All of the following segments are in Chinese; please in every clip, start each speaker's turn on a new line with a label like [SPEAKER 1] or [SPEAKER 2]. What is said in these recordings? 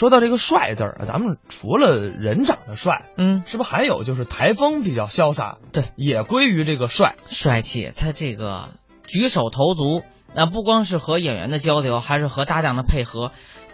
[SPEAKER 1] 说到这个帅字儿啊，咱们除了人长得帅，
[SPEAKER 2] 嗯，
[SPEAKER 1] 是不是还有就是台风比较潇洒？
[SPEAKER 2] 对，
[SPEAKER 1] 也归于这个帅。
[SPEAKER 2] 帅气，他这个举手投足，那不光是和演员的交流，还是和搭档的配合，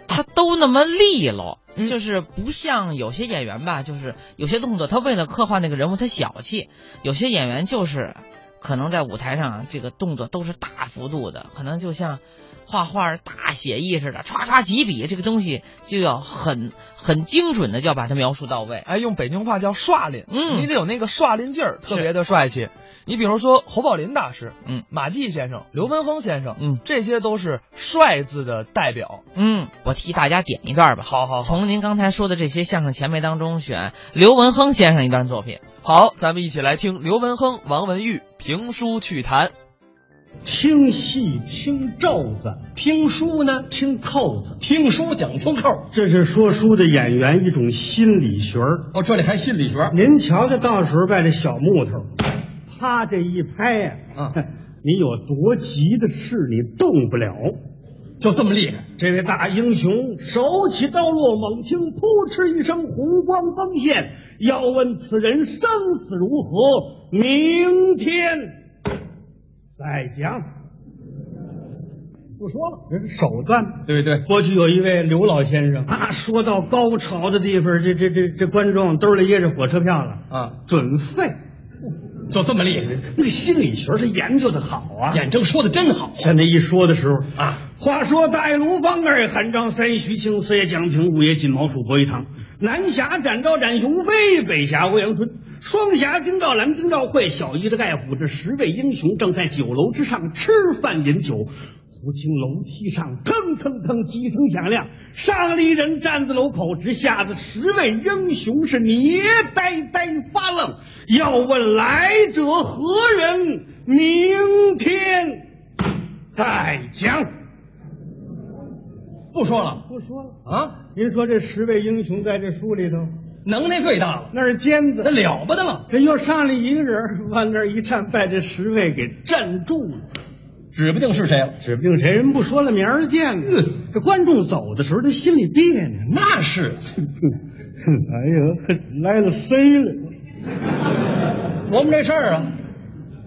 [SPEAKER 2] 他都那么利落。
[SPEAKER 1] 嗯
[SPEAKER 2] 就是不像有些演员吧，就是有些动作，他为了刻画那个人物，他小气；有些演员就是可能在舞台上这个动作都是大幅度的，可能就像画画大写意似的，唰唰几笔，这个东西就要很很精准的就要把它描述到位。
[SPEAKER 1] 哎，用北京话叫刷林，
[SPEAKER 2] 嗯
[SPEAKER 1] 你得有那个刷林劲儿，特别的帅气。你比如说侯宝林大师，
[SPEAKER 2] 嗯，
[SPEAKER 1] 马季先生、刘文峰先生，
[SPEAKER 2] 嗯
[SPEAKER 1] 这些都是帅字的代表。
[SPEAKER 2] 嗯，我替大家点一段吧。
[SPEAKER 1] 好好好，
[SPEAKER 2] 从您刚才说的这些相声前辈当中选刘文亨先生一段作品。
[SPEAKER 1] 好，咱们一起来听刘文亨、王文玉评书趣谈。
[SPEAKER 3] 听戏、听咒子，听书呢，听扣子。听书讲听扣，
[SPEAKER 4] 这是说书的演员一种心理学儿。
[SPEAKER 3] 哦，这里还心理学。
[SPEAKER 4] 您瞧瞧，到时候把这小木头，啪这一拍呀、
[SPEAKER 3] 啊
[SPEAKER 4] 你有多急的事你动不了。
[SPEAKER 3] 就这么厉害。
[SPEAKER 4] 这位大英雄手起刀落，猛听扑哧一声红光崩现。要问此人生死如何，明天再讲。不说了，这是手段。
[SPEAKER 3] 对对，
[SPEAKER 4] 过去有一位刘老先生啊，说到高潮的地方，这这这这观众兜里掖着火车票了，
[SPEAKER 3] 啊，
[SPEAKER 4] 准废。
[SPEAKER 3] 就这么厉害。
[SPEAKER 4] 那个心理学他研究的好啊，
[SPEAKER 3] 眼睁说的真好，
[SPEAKER 4] 像那一说的时候
[SPEAKER 3] 啊，
[SPEAKER 4] 话说大卢帮二韩张三徐青四叶蒋平五叶锦毛楚伯一堂，南侠展昭展雄飞，北侠欧阳春，双侠丁兆兰丁兆会，小姨的盖虎，这十位英雄正在酒楼之上吃饭饮酒。忽听楼梯上腾腾腾几声响亮，上了一人站在楼口，直吓得十位英雄是捏呆呆发愣。要问来者何人？明天再讲。
[SPEAKER 3] 不说了
[SPEAKER 4] 不说了，
[SPEAKER 3] 啊，
[SPEAKER 4] 您说这十位英雄在这书里头，
[SPEAKER 3] 能耐最大了，
[SPEAKER 4] 那是尖子
[SPEAKER 3] 那，了不得了，
[SPEAKER 4] 这又上来一个人，往那儿一站，把这十位给镇住了。
[SPEAKER 3] 指不定是谁了。
[SPEAKER 4] 指不定谁人不说了，明儿见了。这观众走的时候，他心里别扭。
[SPEAKER 3] 那是，
[SPEAKER 4] 哎呀，来了谁了？
[SPEAKER 3] 琢磨这事儿啊，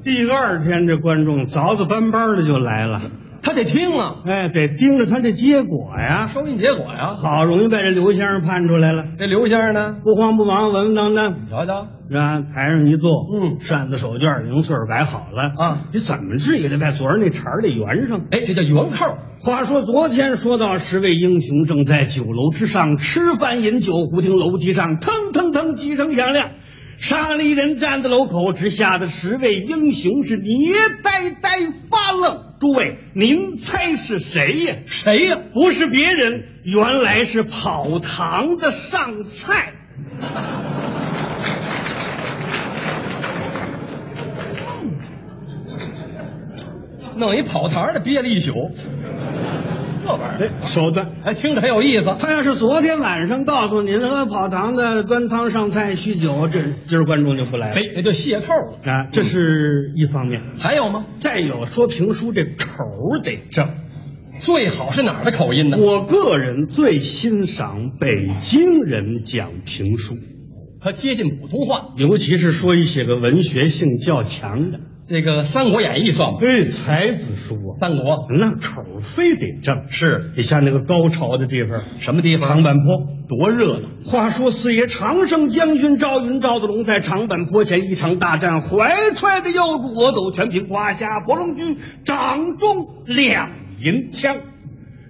[SPEAKER 4] 第二天，这观众早早班班的就来了，
[SPEAKER 3] 他得听啊，
[SPEAKER 4] 哎，得盯着他这结果呀。
[SPEAKER 3] 收音结果呀。，
[SPEAKER 4] 好容易把这刘先生盼出来了，
[SPEAKER 3] 这刘先生呢？
[SPEAKER 4] 不慌不忙，稳稳当当，
[SPEAKER 3] 瞧瞧，
[SPEAKER 4] 是吧？台上一坐，
[SPEAKER 3] 嗯
[SPEAKER 4] 扇子手绢儿零碎儿摆好了
[SPEAKER 3] 啊
[SPEAKER 4] 你怎么治也得把昨儿那茬儿得圆上。
[SPEAKER 3] 哎，这叫圆扣。
[SPEAKER 4] 话说昨天说到十位英雄正在酒楼之上吃饭饮酒，忽听楼梯上腾腾腾几声响亮，上了一人站在楼口，直吓得十位英雄是捏呆呆发愣。诸位，您猜是谁呀？
[SPEAKER 3] 谁呀、
[SPEAKER 4] 不是别人，原来是跑堂的上菜。
[SPEAKER 3] 弄一跑堂的憋了一宿，这玩意儿，
[SPEAKER 4] 哎，手段。
[SPEAKER 3] 哎，听着还有意思。
[SPEAKER 4] 他要是昨天晚上告诉您喝跑堂的端汤上菜酗酒，这今儿观众就不来了
[SPEAKER 3] 哎。，那就卸扣了。
[SPEAKER 4] 啊，这是一方面。
[SPEAKER 3] 还有吗？
[SPEAKER 4] 再有说评书这口儿得正，
[SPEAKER 3] 最好是哪儿的口音呢？
[SPEAKER 4] 我个人最欣赏北京人讲评书，
[SPEAKER 3] 它接近普通话。
[SPEAKER 4] 尤其是说一些个文学性较强的，
[SPEAKER 3] 这个《三国演义》算吗？
[SPEAKER 4] 哎，才子书啊，
[SPEAKER 3] 三国
[SPEAKER 4] 那口儿非得正。
[SPEAKER 3] 是
[SPEAKER 4] 你像那个高潮的地方，
[SPEAKER 3] 什么地方？
[SPEAKER 4] 长坂坡。
[SPEAKER 3] 多热闹！
[SPEAKER 4] 话说四爷常胜将军赵云、赵子龙在长坂坡前一场大战，怀揣着幼主我斗全凭华夏伯龙军掌中两银枪，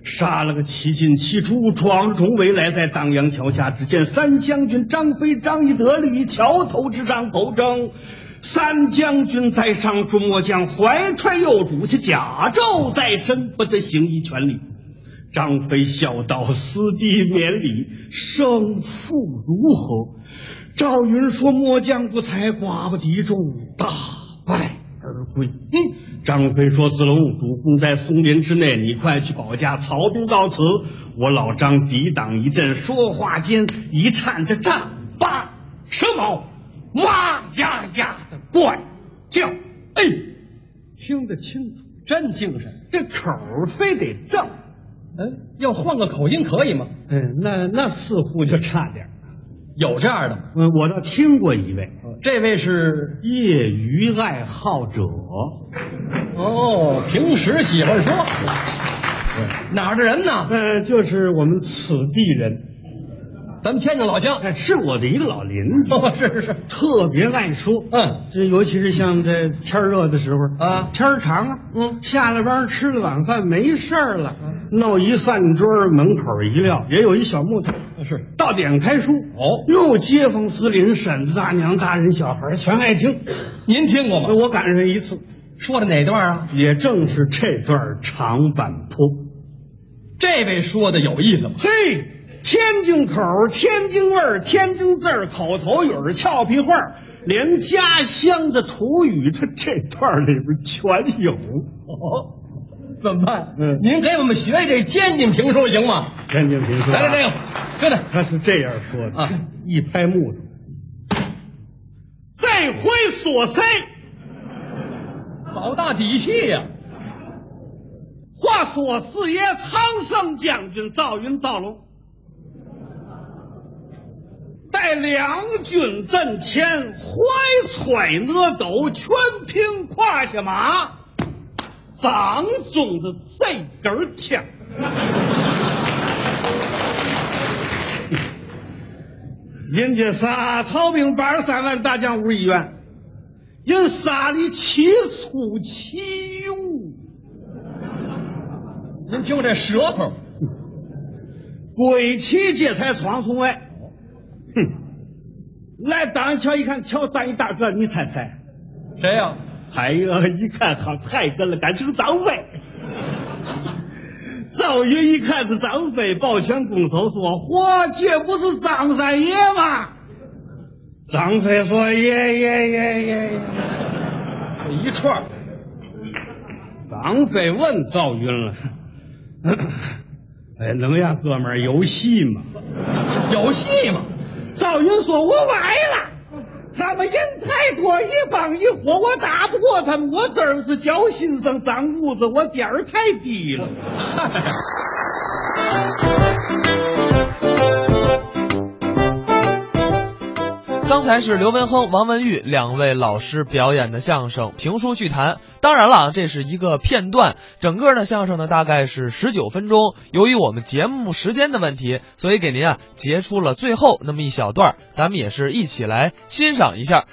[SPEAKER 4] 杀了个七进七出，闯重围来，在荡阳桥下，只见三将军张飞、张翼德立于桥头之上头争。三将军在上，朱末将怀揣幼主，且甲胄在身，不得行医全礼。张飞笑道：“师弟免礼，胜负如何？”赵云说：“末将不才，寡不敌众，大败而归。”嗯，张飞说：“子龙，主公在松林之内，你快去保驾。曹兵到此，我老张抵挡一阵。”说话间，一颤这丈八蛇矛，哇呀呀的怪叫，哎，听得清楚，
[SPEAKER 3] 真精神，
[SPEAKER 4] 这口儿非得正。
[SPEAKER 3] 嗯，要换个口音可以吗？
[SPEAKER 4] 嗯，那那似乎就差点儿。
[SPEAKER 3] 有这样的吗？
[SPEAKER 4] 嗯，我倒听过一位
[SPEAKER 3] 这位是
[SPEAKER 4] 业余爱好者，
[SPEAKER 3] 哦，平时喜欢说哪儿的人呢？
[SPEAKER 4] 呃，就是我们此地人，
[SPEAKER 3] 咱们天津老乡。
[SPEAKER 4] 哎，是我的一个老邻居，
[SPEAKER 3] 哦，是是是，
[SPEAKER 4] 特别爱说。
[SPEAKER 3] 嗯
[SPEAKER 4] 这尤其是像这天儿热的时候
[SPEAKER 3] 啊
[SPEAKER 4] 天儿长啊，
[SPEAKER 3] 嗯，
[SPEAKER 4] 下了班吃了晚饭没事儿了，弄一饭桌儿门口儿一撂，也有一小木头，
[SPEAKER 3] 啊是
[SPEAKER 4] 到点开书，
[SPEAKER 3] 哦，
[SPEAKER 4] 哟，街坊四邻、婶子、大娘、大人、小孩儿全爱听。
[SPEAKER 3] 您听过
[SPEAKER 4] 那
[SPEAKER 3] 吗？
[SPEAKER 4] 我赶上一次，
[SPEAKER 3] 说的哪段啊？
[SPEAKER 4] 也正是这段长坂坡。
[SPEAKER 3] 这位说的有意思吗？
[SPEAKER 4] 嘿，天津口儿、天津味儿、天津字儿、口头语儿、俏皮话儿，连家乡的土语，它这段儿里边全有。
[SPEAKER 3] 哦，怎么办？
[SPEAKER 4] 嗯
[SPEAKER 3] 您给我们学这天津评书行吗？
[SPEAKER 4] 天津评书、啊，
[SPEAKER 3] 来来，这个，真的，
[SPEAKER 4] 他是这样说的
[SPEAKER 3] 啊
[SPEAKER 4] 一拍木头，再挥所塞，嗯
[SPEAKER 3] 好大底气呀、
[SPEAKER 4] 话所四爷苍生将军赵云赵龙，带两军阵前，怀揣哪斗，全凭胯下马，掌中的这根枪。人家杀曹兵八十三万，大将五十一员，人杀的奇粗奇勇。
[SPEAKER 3] 您听我这舌头，
[SPEAKER 4] 鬼妻这才闯出来，哼！来当桥一看，桥长一大个，你猜谁？
[SPEAKER 3] 谁呀、
[SPEAKER 4] 哎呀，一看好太跟了，感情张飞。赵云一看是张飞，抱拳拱手说：“嚯，这不是张三爷吗？”张飞说：“爷爷爷爷。爷”
[SPEAKER 3] 这一串儿，
[SPEAKER 4] 张飞问赵云了：“ 哎，怎么样，哥们儿，有戏吗？”
[SPEAKER 3] 有戏吗？
[SPEAKER 4] 赵云说：“我崴了，他们人太多，一帮一伙，我打不过他们。我今儿是脚心上长痦子，我点儿太低了。
[SPEAKER 1] 刚才是刘文亨、王文玉两位老师表演的相声《评书趣谈》，当然了，这是一个片段，整个的相声呢大概是十九分钟。由于我们节目时间的问题，所以给您啊截出了最后那么一小段儿，咱们也是一起来欣赏一下。